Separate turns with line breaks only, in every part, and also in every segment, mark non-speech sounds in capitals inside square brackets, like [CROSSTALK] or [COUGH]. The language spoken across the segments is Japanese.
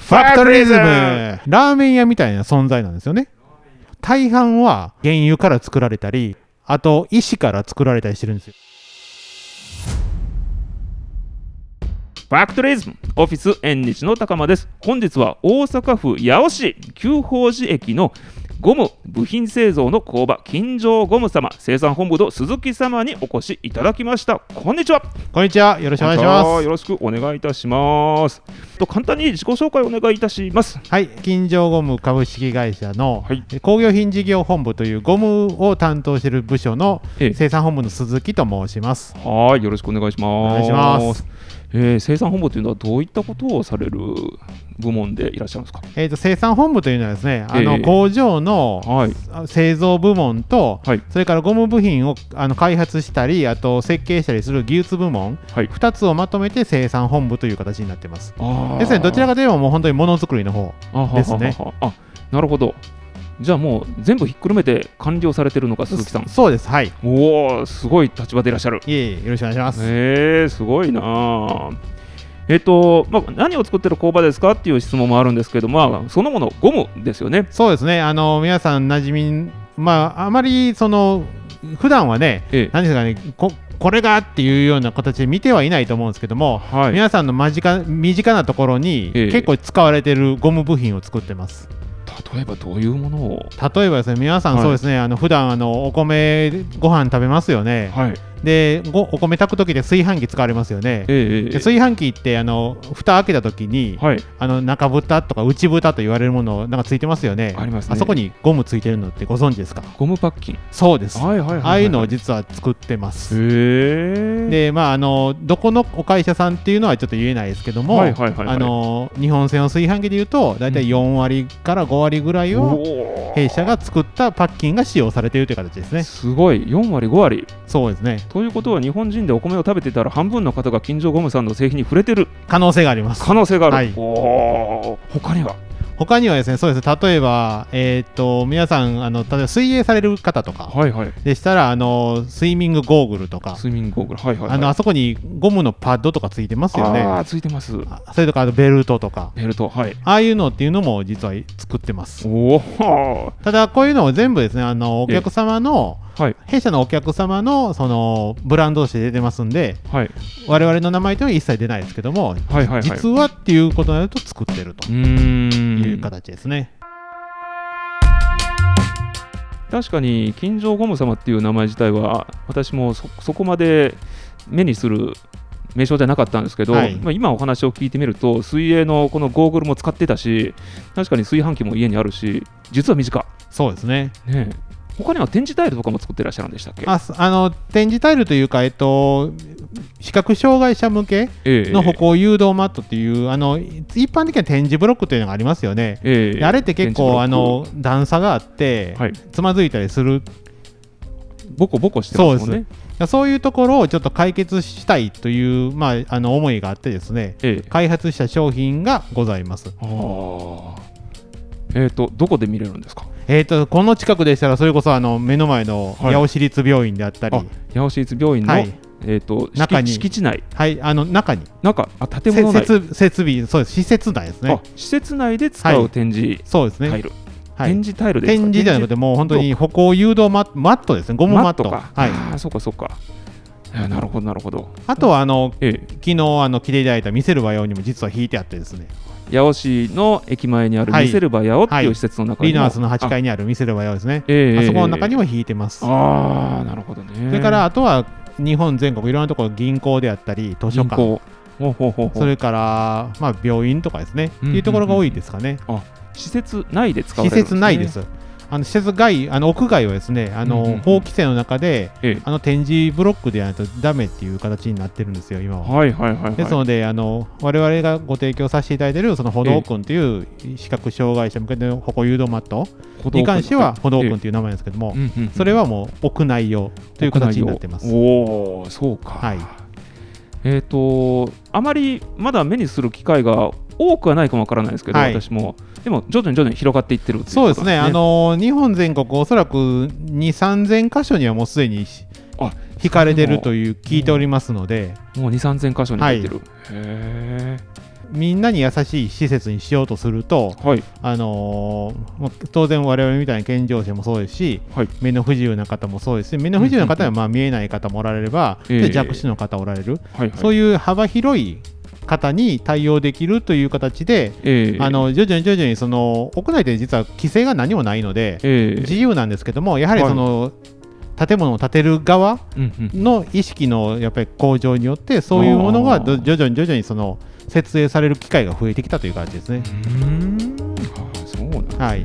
ファクトリズムラーメン屋みたいな存在なんですよね大半は原油から作られたりあと石から作られたりしてるんですよ
ファクトリズムオフィス縁日の高間です本日は大阪府八尾市旧宝寺駅のゴム部品製造の工場金城ゴム様生産本部の鈴木様にお越しいただきましたこんにちは
こんにちはよろしくお願いします
よろしくお願いいたしますと簡単に自己紹介お願いいたします
はい金城ゴム株式会社の
はい
工業品事業本部というゴムを担当している部署の
ええ
生産本部の鈴木と申します
はいよろしくお願いしますお
願いします
えー生産本部というのはどういったことをされる部門でいらっしゃるんですか
えー、と生産本部というのはですね、あ
え
の
え
工場の
はい
製造部門と、
はい
それからゴム部品をあの開発したり、あと設計したりする技術部門、
はい
2つをまとめて生産本部という形になってます。
あ
ですね、どちら
が
かといえばもう本当にものづくりの方ですね
あなるほどじゃあもう全部ひっくるめて完了されてるのが鈴木さん
そそうです、はい。い
おおすごい立場でいらっしゃる
えいえ、よろしくお願いします。
へえすごいなあえっとまあ、何を作ってる工場ですかっていう質問もあるんですけど、まあ、そのものゴムですよね。
そうですね、あの皆さん、なじみ、まあ、あまりその、普段はね、
ええ
何ですかね、ここれがっていうような形で見てはいないと思うんですけども、
はい、
皆さんの間近身近なところに
ええ
結構使われてるゴム部品を作ってます。
例えばどういうものを、
例えばですね、皆さん
はい
そうですね、あの普段あのお米ご飯食べますよね。
はい
で、ごお米炊く時で炊飯器使われますよね。
ええ
で炊飯器ってあの蓋開けた時に、
はい、
あの中蓋とか内蓋と言われるものなんかついてますよね。
ありますね
あそこにゴムついてるのってご存知ですか。
ゴムパッキン。
そうです。
はいはいはい、
ああいうのを
へ
実は作ってます。
え。
で、まああのどこのお会社さんっていうのはちょっと言えないですけども、
はいはいはいはい、
あの日本製の炊飯器でいうと大体4割から5割ぐらいを
おー
弊社が作ったパッキンが使用されているという形ですね。
すごい4割5割
そうですね
ということは日本人でお米を食べてたら半分の方が金城ゴムさんの製品に触れてる
可能性があります。
可能性がある、
はい
おー他には
他にはですねそうです例えば、えーっと皆さんあの例えば水泳される方とか
はいはい
でしたらあのスイミングゴーグルとか、
スイミングゴーグルはいはい、はい、
あのあそこにゴムのパッドとかついてますよね。
あーついてます
あそれとかあとベルトとか
ベルトはい
ああいうのっていうのも実は作ってます。
おお
ただこういうのを全部ですねあのお客様の
はい
弊社のお客様のそのブランドとして出てますんで
はい
我々の名前というのは一切出ないですけども、
はいはいはいう
実はっていうことになると作ってるとい
ー
うん形ですね、
確かに金城ゴム様っていう名前自体は私もそそこまで目にする名称じゃなかったんですけど、
はい
まあ、今お話を聞いてみると水泳のこのゴーグルも使ってたし確かに炊飯器も家にあるし実は身近
そうですね
ねえ他には展示タイルとかも作ってらっしゃるんでしたっけ
あすあの展示タイルというかえっと視覚障害者向け
ええ
の歩行誘導マットっていう、あの一般的な展示ブロックというのがありますよね、
ええ
あれって結構あ
展示ブロッ
の段差があって、
クはい
つまずいたりする
ボコボコしてますもん
そう
ね
でそういうところをちょっと解決したいという、まあ、あの思いがあってですね
ええ
開発した商品がございます。
ああえっ、とどこで見れるんですか
えー、とこの近くでしたらそれこそあの目の前の
はい
八尾市立病院であったり、
あ
はい
八尾市立病院の、
はい
えー、と
中
敷
に
地敷地内
あの中に
なんかあ建
せ
物内、
設設備そうです施設内ですね
あ。施設内で使
は
う
い
展示
そうです
タ
ね
イ、ル、
はい
展示タイルですか
展示じゃなくてもう本当に歩行誘導マットマットですねゴムマ
マ
ッ
ッ
ト
トか、
はい、
ああそうかそうかえーなるほどなるほど
あとはあの
え
昨日あの来ていただいた見せる和用にも実は引いてあってですね
え八尾市の駅前にある
はい
見せる場八尾って
はいいう
施設の中に
リ
も
ナースの8階にある見せる和用ですね
あ,、ええ
あそこの中に
も
も引いてます
ああなるほどね
それからあとは日本全国いろんなところ銀行であったり図書
銀
館
行ほうほうほうほ
そうれから、まあ、病院とかですね、
うんうんうん
っていうところが多いですかね、
施設内で使わ
施
れるん
設内で
ね
す、あの施設外、あの屋外はですね、あの
うんうんうん
法規制の中で、
ええ
あの展示ブロックでやらないとダメっていう形になってるんですよ、今は。
はいはいはい、はい、
ですので、あの我々がご提供させていただいているその歩道君という視覚障害者向けの歩行誘導マット
歩道
に関しては歩道
ええ
君という名前ですけども、
うんうんうん
それはもう屋内用という形になってます。
おお、そうか。
はい
えっ、と、あまりまだ目にする機会が多くはないかもわからないですけど、
はい
私も。でも、徐々に徐々に広がっていってるってい
そうですね、あ
ことなん
の日本全国、おそらく2、3000箇所にはもうすでにし
あ
引かれてるという聞いておりますので、
ですねもう二三千箇所に入ってる。へえ。
みんなに優しい施設にしようとすると、
はい
あのーまあ当然我々みたいな健常者もそうですし、
はい
目の不自由な方もそうですし目の不自由な方はまあ見えない方もおられれば、
ええ
で弱視の方おられる、
はいはい
そういう幅広い方に対応できるという形で、
えー
あの徐々に徐々にその屋内で実は規制が何もないので、
えー
自由なんですけどもやはりその、建物を建てる側
うんうん
の意識のやっぱり向上によってそういうものが
あ
ど
ー
徐々に徐々にその設営される機会が増えてきたという感じですね。
ああそうなんですね、
はい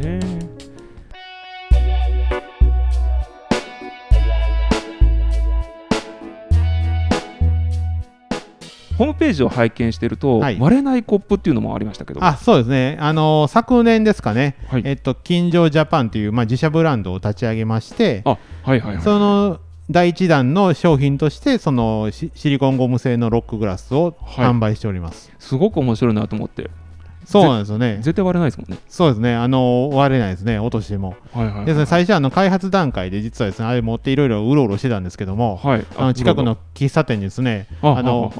ホームページを拝見していると、
はい
割れないコップっていうのもありましたけど
あそうですね、あの昨年ですかね、
はい
えっと、金城ジャパンという、まあ、自社ブランドを立ち上げまして、
あはいはいはい
その第一弾の商品として、そのシシリコンゴム製のロックグラスを
はい
販売しております。
すごく面白いなと思って
そうなんですよね、
絶対割れないですもんね
そうですね、あの割れないですね、落としても。
はいはい
ですね、最初、あの開発段階で、実はですね、あれ持っていろいろうろうろしてたんですけども、
はい
あの近くの喫茶店にですね、
あ
あの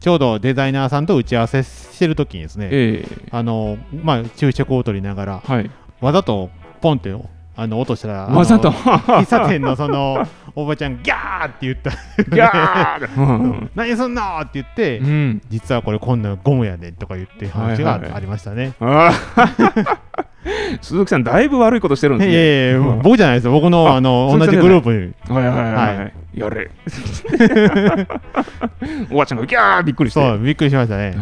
ちょうどデザイナーさんと打ち合わせしてる時にですね、
ええ
あのまあ、昼食を取りながら、
はい
わざとポンってあの落としたら、あの
わざ
[LAUGHS]
と
喫茶店の
[LAUGHS]
そのおばちゃん、ギャーって言った、
ギャーうん
何すんのーって言って、
うん
実はこれ、こんなゴムやねんとか言って話
はいはいはい
がありましたね。
あー [LAUGHS] 鈴木さんだいぶ悪いことしてるん
い
です
や
ね
いやいや僕じゃないですよ、僕の
あ [LAUGHS]
あの
鈴木さん
同じグループに。
はいはいはい、は、
はい
や [LAUGHS] れおばちゃんがギャーびっくりして
そう、びっくりしましたね。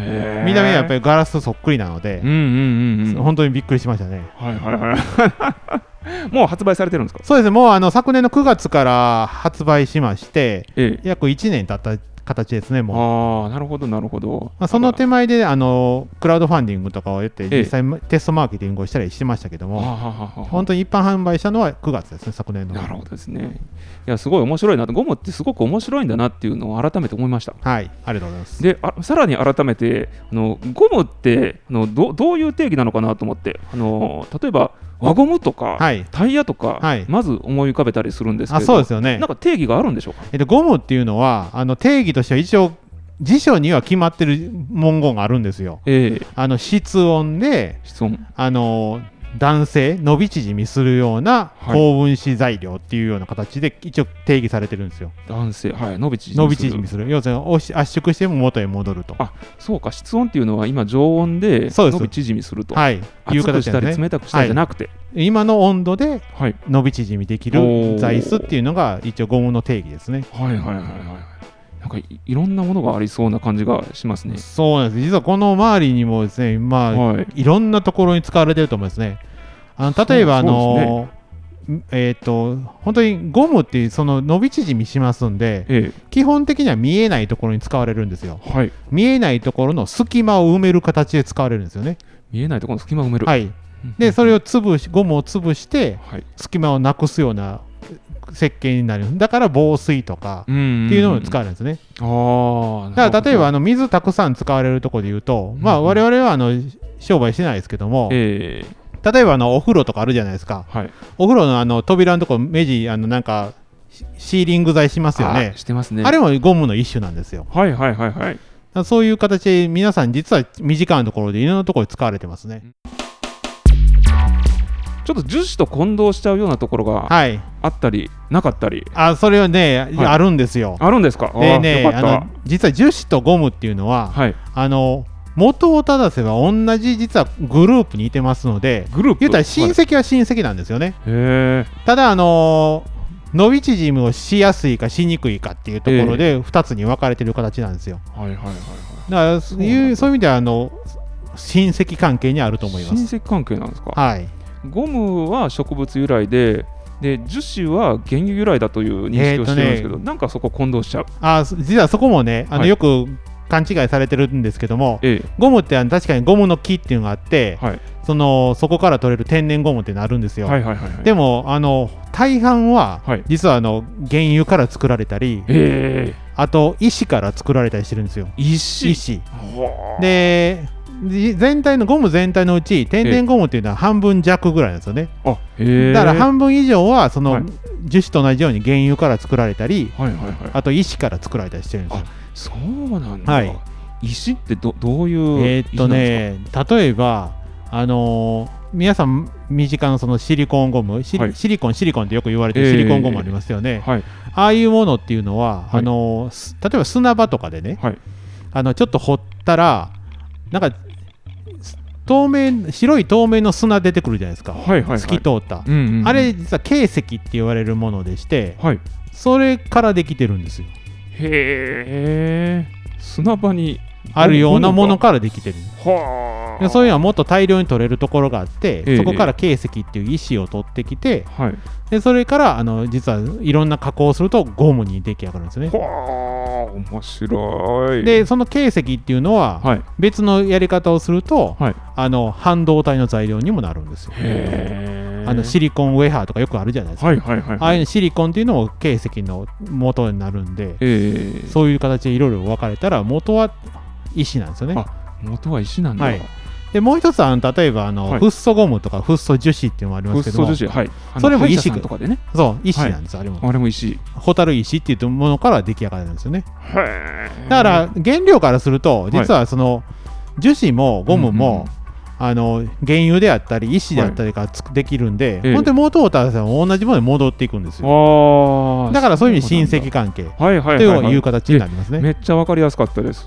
見た目はやっぱりガラスとそっくりなので
りうん、うんうんうん
本当にびっくりしましたね。
はいはいはい [LAUGHS] もう発売されてるんですか
そうですね、もうあの昨年の9月から発売しまして、
ええ
約1年経った形ですね、もう。
ああなるほどなるほど、
まあ、その手前であのクラウドファンディングとかをやって、
え
実際テストマーケティングをしたりしてましたけど
あー
も、
はははは
本当に一般販売したのは9月ですね、昨年の。
なるほどですねいやすごい面白いなとゴムってすごく面白いんだなっていうのを改めて思いました
はい、ありがとうございます。
であさらに改めてあのゴムってあのどどういう定義なのかなと思ってあの例えば輪ゴムとか、
はい、
タイヤとか、
はい
まず思い浮かべたりするんですけど
あそうですよね
なん、か定義があるんでしょうか
えっと、ゴムっていうのは、あの定義としては一応、辞書には決まってる文言があるんですよ。
ええ
あの室温で
質問
あの男性伸び縮みするような
はい
高分子材料っていうような形で一応定義されてるんですよ。
男性はい伸び縮みする
伸び縮みする。要するに押し圧縮しても元へ戻ると。
あそうか室温っていうのは今常温で
そうで
伸
す
び縮みすると
はい、いう
熱く
形
し
な
た
んで
り
すね。
冷たくしたりじゃなくて
今の温度で
はい、
伸び縮みでき
おー
る材質っていうのが一応ゴムの定義ですね。
はい、はいはいはいはいなんかいいろんなものがありそうな感じがしますね
そうなんです。実はこの周りにもですね、まあ、
はい
い、ろんなところに使われてると思いますね。あの例えば、あ
そう
の、えっ、と、本当にゴムってその伸び縮みしますんで、
え
基本的には見えないところに使われるんですよ。
えはい
見えないところの隙間を埋める形で使われるんですよね。
見えないところの隙間を埋める、
はい。
うん
で、それを潰し、ゴムを潰して、
はい
隙間をなくすような設計になる。だから防水とか。
うん
っていうのを使われるんですね。
ああ
だから例えばあの水たくさん使われるところで言うと、ま
う
あ
ん
我々はあの商売してないですけども、
ええ
例えばあのお風呂とかあるじゃないですか。
はい
お風呂のあの扉のところ目地あのなんかシシーリング材しますよね
あ。してますね
あれもゴムの一種なんですよ。だか
はいはいはいはい
らそういう形で皆さん実は身近なところでいろんなところで使われてますね。
ちょっと樹脂と混同しちゃうようなところが
はい。
あったりなかったり
あそれはね、あるんですよ。
あるんですかあ
で
あ
ね
よかっ
あ
た
の実は樹脂とゴムっていうのは、
はい
あの元を正せば同じ実はグループにいてますので
グループ
言ったら親
はい
戚は親戚なんですよね、
へえ
ただあのー伸び縮みをしやすいかしにくいかっていうところで2つに分かれてる形なんですよ
はいはいはいはい
だからそういうそういう意味ではあの親戚関係にあると思いま
親
す
戚関係なんですか
はい
ゴムは植物由来でで樹脂は原油由来だという認識をしてるんですけど、
えー
なんかそこ混同しちゃう、
あそ実はそこもねあの、
はい
よく勘違いされてるんですけども
え
ゴムってあの確かにゴムの木っていうのがあって
えはい、
そのそこから取れる天然ゴムってなるんですよ、
はいはいはいはい
でもあの大半は、
はい
実はあの原油から作られたり
え
あと石から作られたりしてるんですよ
え石
石
ほー
でじ全体のゴム全体のうち天然ゴムっていうのは半分弱ぐらいなんですよね
あへえ
だから半分以上はその、
はい
樹脂と同じように原油から作られたり
はいはいはい
あと石から作られたりしてるんですよ
あそうなんだ、
はい
石ってどどういう
えーっとね、例えば、あのー皆さん身近なそのシリコンゴムシリ,、
はい
シリコンシリコンってよく言われて
え
る
え
シリコンゴムありますよね、
石なんです
ああいうものっていうのは、
はい
あのーす例えば砂場とかでね、
かはいはい
あのちょっと掘ったらなんかす透明白い透明の砂出てくるじゃないですか、
はいはい
透き通った、
うんうんうん
あれ実は形石って言われるものでして
はい
それからできてるんですよ
へえ砂場に
あるようなもの
か
からできてる
は
で
あ
そういうのはもっと大量に取れるところがあって、
ええ
そこから形石っていう石を取ってきて
はい
でそれからあの実はいろんな加工をするとゴムに出来上がるんですね
はあ面白い
でその形石っていうのは
はい
別のやり方をすると、
はい
あの半導体の材料にもなるんですよ
へえ
あのシリコンウェハーとかよくあるじゃないですか、
はいはいはい
ああいうシリコンっていうのも形石の元になるんで
ええ
そういう形でいろいろ分かれたら元は石なんですよね
あ元は石なんだ
はいでもう一つはあの例えばあの、
はい
フッ素ゴムとかフッ素樹脂っていうのもあり
フ
ま
ッ
すけど
素
も
樹脂はいあの
それも
歯医者さん
石
とかでね
そう石なんです、あれも
あれも石へ
ホタル石っていうものから出来上がるんですよね
え
だから原料からすると実はその樹脂もゴム
うんうんうん
も、あの原油であったり石であったりがつくできるんで、
ええ
本当に元を正せば同じものに戻っていくんですよ
ああ
だからそういう意味親戚関係
はいはい
と
はいい、
う
はい、
のがいう形になりますね。
めっちゃわかりやすかったです。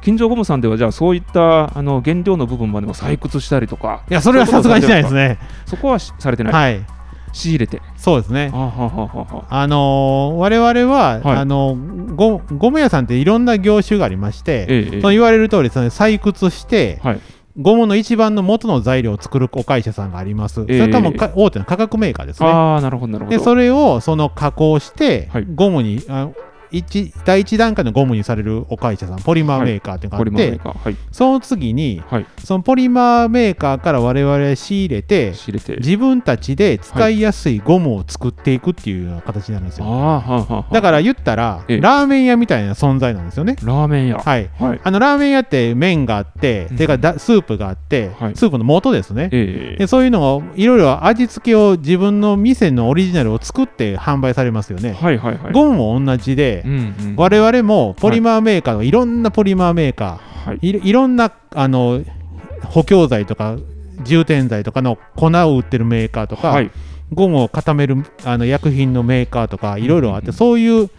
金城ゴムさんではじゃあそういったあの原料の部分までも採掘したりとか
いやそれはさすがにしないですね。
そこはしされてない、
はい、
仕入れて
そうですね
あ。はははは
あのー我々は、
はい
あのーゴゴム屋さんっていろんな業種がありまして、
えええ
その言われる通りその採掘して、
はい
ゴムの一番の元の材料を作るお会社さんがあります。
ええ
それともか大手の化学メーカーです
え、
ね。
ああなるほどなるほど
でそれをその加工して、
はい
ゴムにあ一第一段階のゴムにされるお会社さんポリマーメーカーっていうのがあ
ポリ
っ
マー
て、
メーカーはい
その次に、
はい
そのポリマーメーカーから我々仕入れて
仕入れて
自分たちで使いやすいゴムを作っていくっていうような形になるんです
ああ
よ。
ははは
だから言ったら、
ええ
ラーメン屋みたいな存在なんですよね。
ラーメン屋は
はい。
い、
あのラーメン屋って麺があって、
うん
てかだスープがあって、
はい
スープの素ですね。
ええ
でそういうのをいろいろ味付けを自分の店のオリジナルを作って販売されますよね。
はいはいはい
ゴムも同じで、
うんうん
我々もポリマーメーカーのいろんなポリマーメーカ
はい
ー、い、いろんなあの補強剤とか充填剤とかの粉を売ってるメーカーとか、
はい
ゴムを固めるあの薬品のメーカーとかいろいろあっ
うんうんう
て
ん
そういう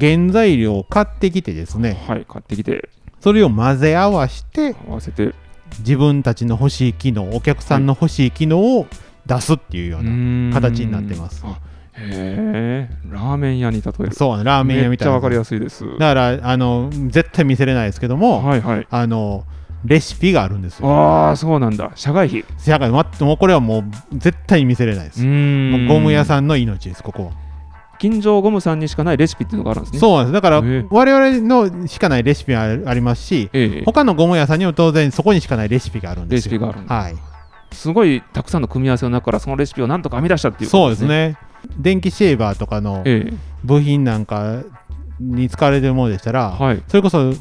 原材料を買ってきてですね
はい買ってきて
それを混ぜ合わして
合わせてう
自分たちの欲しい機能お客さんの欲しい機能を出すっていうような、
ーん
形になってます
あへえラーメン屋に例える
そうねラーメン屋みたい
めっちゃ
な
わかり
だ
やすいです
からあの絶対見せれないですけども、
はいはい
あのレシピがあるんですよ
ああそうなんだ社外費
だからまもうこれはもう絶対に見せれないですもうゴム屋
ん
さんの命ですここは
近所ゴムさんにしかないレシピっていうのがあるんですねう
そうなんですだから
へえ
我々のしかないレシピがありますし
ええ
他のゴム屋さんにも当然そこにしかないレシピがあるんで
レ
す
シ
よ
ピがあるんだ
はい
すごいたくさんの組み合わせの中からそのレシピをなんとか編み出したっていうこ
そう
と
ですね電気シェーバーとかの
ええ
部品なんかに使われてるものでしたら、
はい
それこそ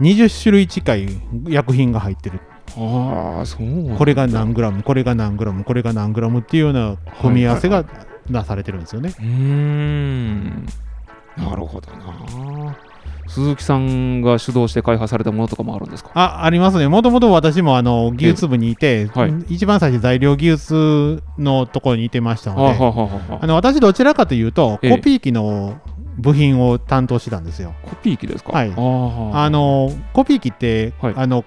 20種類近い薬品が入ってる
ああそう
これが何グラムこれが何グラムこれが何グラムっていうような組み合わせがなされてるんですよね、
うーんなるほどな鈴木さんが主導して開発されたものとかもあるんですか
あありますね、もともと私もあの技術部にいて、
はい
一番最初、材料技術のところにいてました
あ
の
はは
で、
はは
あの私、どちらかというと、
ええ
コピー機の部品を担当してたんですよ。
コピー機ですか
はい
あー
あのコピー機って、
はい
あの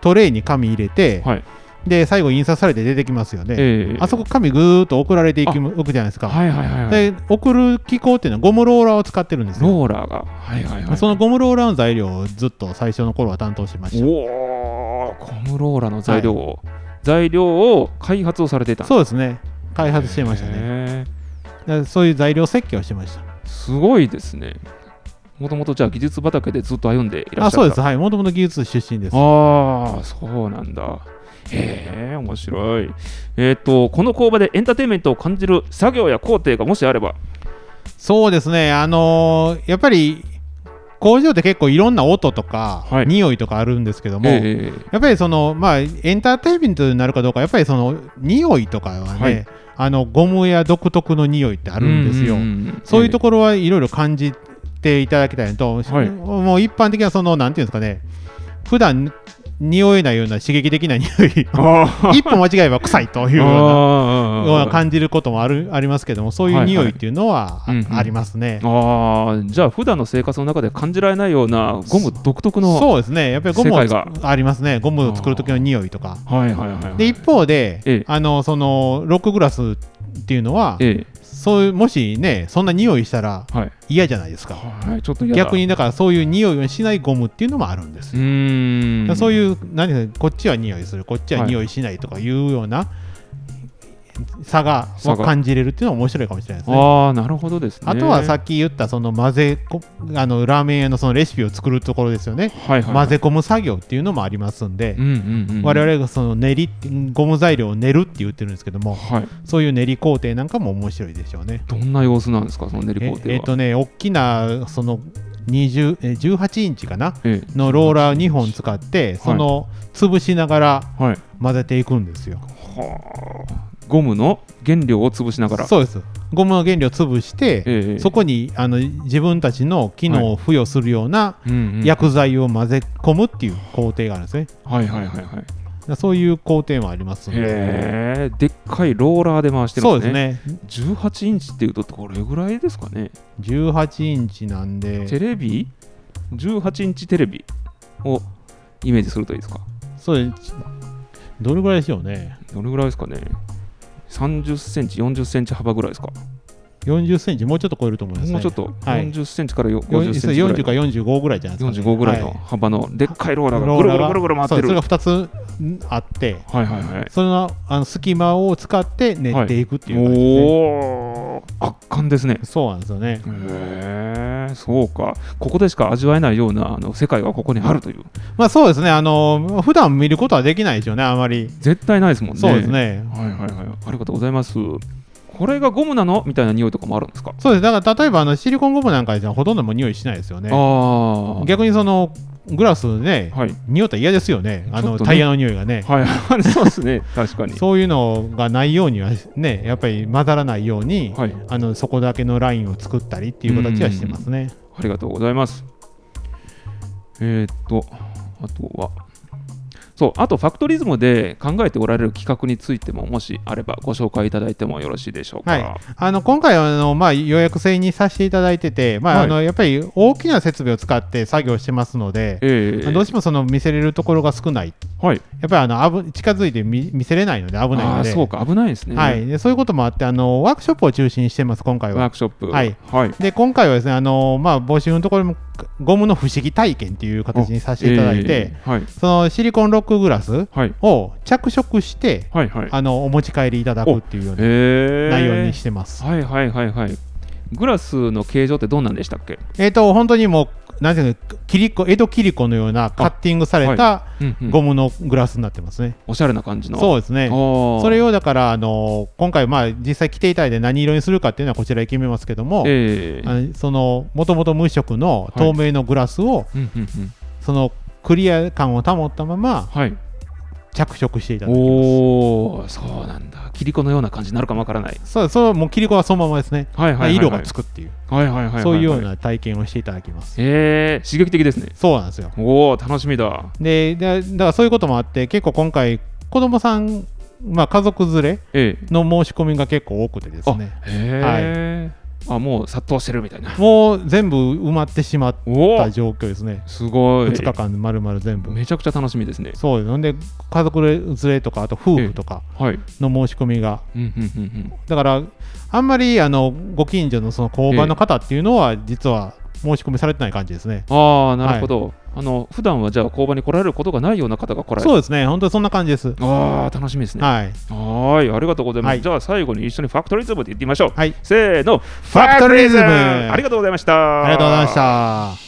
トレイに紙入れて、
はい
で最後、印刷されて出てきますよね。
ええ
あそこ、紙ぐーっと送られていき置くじゃないですか。
はいはいはいはい
で送る機構っていうのはゴムローラーを使ってるんですよ。
ローラーがはいはいはい
そのゴムローラーの材料をずっと最初の頃は担当してまし
おおコムローラの材料を、材料を開発をされていた
た。
う
そうですね、開発してましたね。
ね
だからそういう材料設計をしてました。
すごいですねもともとじゃあ技術畑でずっと歩んでいらっ
あ
しゃ
そう
る
です、はい。もともと技術出身です。
ああそうなんだへえ面白いえっ、とこの工場でエンターテインメントを感じる作業や工程がもしあれば
そうですね、あのーやっぱり工場って結構いろんな音とか、
はい
匂いとかあるんですけども、
ええ
やっぱりその、まあ、エンターテインメントになるかどうか、やっぱりその匂いとかはね、
はい
あのゴムや独特の匂いってあ
あ
るんですよ。そういうと
こ
ころはいろいろ感じっていただきたいのと、
はい
もう一般的なそのなんていうんですかね普段匂えないような刺激的な匂
[LAUGHS]
い
あ
一歩間違えば臭いというようなような
あ
感じることもあるありますけどもそういう匂いっていうのは
はいはいうんうん
あありますね。
あーじゃあ普段の生活の中で感じられないようなゴム独特の
そうですねやっぱりゴムを
世界が
ありますねゴムを作る時の匂いとか。
はいはいはいはい
で一方で、
ええ
あのそのロックグラスっていうのは
え
そういうもしねそんな匂いしたら
えはい
嫌じゃないですか
はいちょっと嫌だ
逆にだからそういう匂いをしないゴムっていうのもあるんです
うーん
そう
う
いう何ですかこっちは匂いするこっちは匂いしないとかいうような差が
差が
感じれるっていうのは面白いかもしれないですね。
ああなるほどですね
あとはさっき言ったその混ぜこあのラーメン屋のそのレシピを作るところですよね、
はいはい
混ぜ込む作業っていうのもありますんで、
うんうんうん
我々がその練りゴム材料を練るって言ってるんですけども
はい
そういう練り工程なんかも面白いでしょうね。
どんな様子なんですかその練り工
え
程は
えっとね大きなその20え18インチかな
え
のローラー2本使ってその潰しながら
えはい
混ぜていくんですよ。
はあゴムの原料を潰しながら
そうですゴムの原料を潰して
ええ
そこにあの自分たちの機能を付与するような
うんうん
薬剤を混ぜ込むっていう工程があるんですね。
はいはいはいはい
そういう工程もありますので。
へえでっかいローラーで回してる
そ
ん
う
ですね
ですね。
18インチっていうとこれぐらいですかね
18インチなんで、
テレビ ?18 インチテレビをイメージするといいですか
そうですどれぐらいでしょうね。
どれぐらいですかね30センチ、40センチ幅ぐらいですか、
40センチ、もうちょっと超えると思います、ね。
もうちょっと
はい
40センチからよ50センチぐら
40
い
か45ぐらいじゃないですか、ね。
45ぐらいの
は
幅のでっかいローラーが
ロ
ぐ
ー
る
ラ
ぐる
ーが
ぐるぐる回っ
そ
て
うそれ
る
が2つんあって、
はいはいはい
そのあの隙間を使って練っていくっていう感じですね、
おお圧巻ですね
そうなんですよね。
へえそうかここでしか味わえないようなあの世界がここにあるという
まあそうですね、あの普段見ることはできないでしょうね、あまり。
絶対ないですもんね
そうですね。
はいはいはいありがとうございますこれがゴムなのみたいな匂いとかもあるんですか
そうですだから例えばあのシリコンゴムなんかじゃほとんどもう匂いしないですよね。
ああ。
逆にそのグラスね、
はい。
匂ったら嫌ですよね、あ
ちょっ
の
とね
タイヤの匂いがね。
はい。 [LAUGHS] そうですね。確かに。
そういうのがないようにはね、やっぱり混ざらないように、
はい。
あのそこだけのラインを作ったりっていう形はしてますね。
ありがとうございます。えーっと、あとは。そうあとファクトリズムで考えておられる企画についてももしあればご紹介いただいてもよろしいでしょうか。
はいあの今回はあの、まあ、予約制にさせていただいてて、まあ
はい
あのやっぱり大きな設備を使って作業してますので、
ええ
どうしてもその見せれるところが少ない、
はい。
やっぱりあのあぶ近づいて見見せれないので危ない
あ
の
あ
で
そうか危ないですね。
はい、でそういうこともあってあの、ワークショップを中心にしてます、今回
ワー
は。
クショップ。
はい。
はい。
で今回はですね、あのまあ、募集のところもゴムの不思議体験という形にさせていただいて、
ええはい。
そのシリコンロックグラス
はい。
を着色して、
はい。はい。
あのお持ち帰りいただくっていうような
ええ
内容にしてます。
はいはいはいはい。グラスの形状ってどんなんでしたっけ？
えっ、と、本当にもう、なんていうの、キリコ、江戸切子のようなカッティングされた
うんうん
ゴムのグラスになってますね。
おしゃれな感じの。
そうですね。
そ
それをだから、あの今回、まあ、実際着ていただいて何色にするかっていうのはこちらで決めますけども、
ええ
あのその、もともと無色の
はい
透明のグラスを、
うんうんうん
その、クリア感を保ったまま
はい。
着色していただきます。
おお、そうなんだ。キリコのような感じになるかもわからない。
そう、そう、もうキリコはそのままですね。
はいはいはい、はい。
色がつくっていう、
はいはいはいはい。
そういうよう。な体験をしていただきます。
ええ刺激的ですね。
そうなんですよ。
おお、楽しみだ。
でだだからそういうこともあって結構今回子供さん、まあ、家族連れ
ええ
の申し込みが結構多くてですね
あ、へえ、あ、もう殺到してるみたいな。
もう全部埋まってしまっ
おお
た、状況ですね
すごい。
2日間まるまる全部
めちゃくちゃ楽しみですね。
そうですほんで家族連れとかあと夫婦とか
はい。
の申し込みが
うんうんうんうん。
だからあんまりあのご近所のその工場の方っていうのは実は申し込みされてない感じですね
ああ、なるほど。あの普段はじゃあ工場に来られることがないような方が来られる。
そうですね本当にそんな感じです
ああ、楽しみですね。
はい
はーい、ありがとうございます。
はい
じゃあ最後に一緒にファクトリズムって言ってみましょう。
はい
せーの、フ
ァクトリズム
ありがとうございました。
ありがとうございました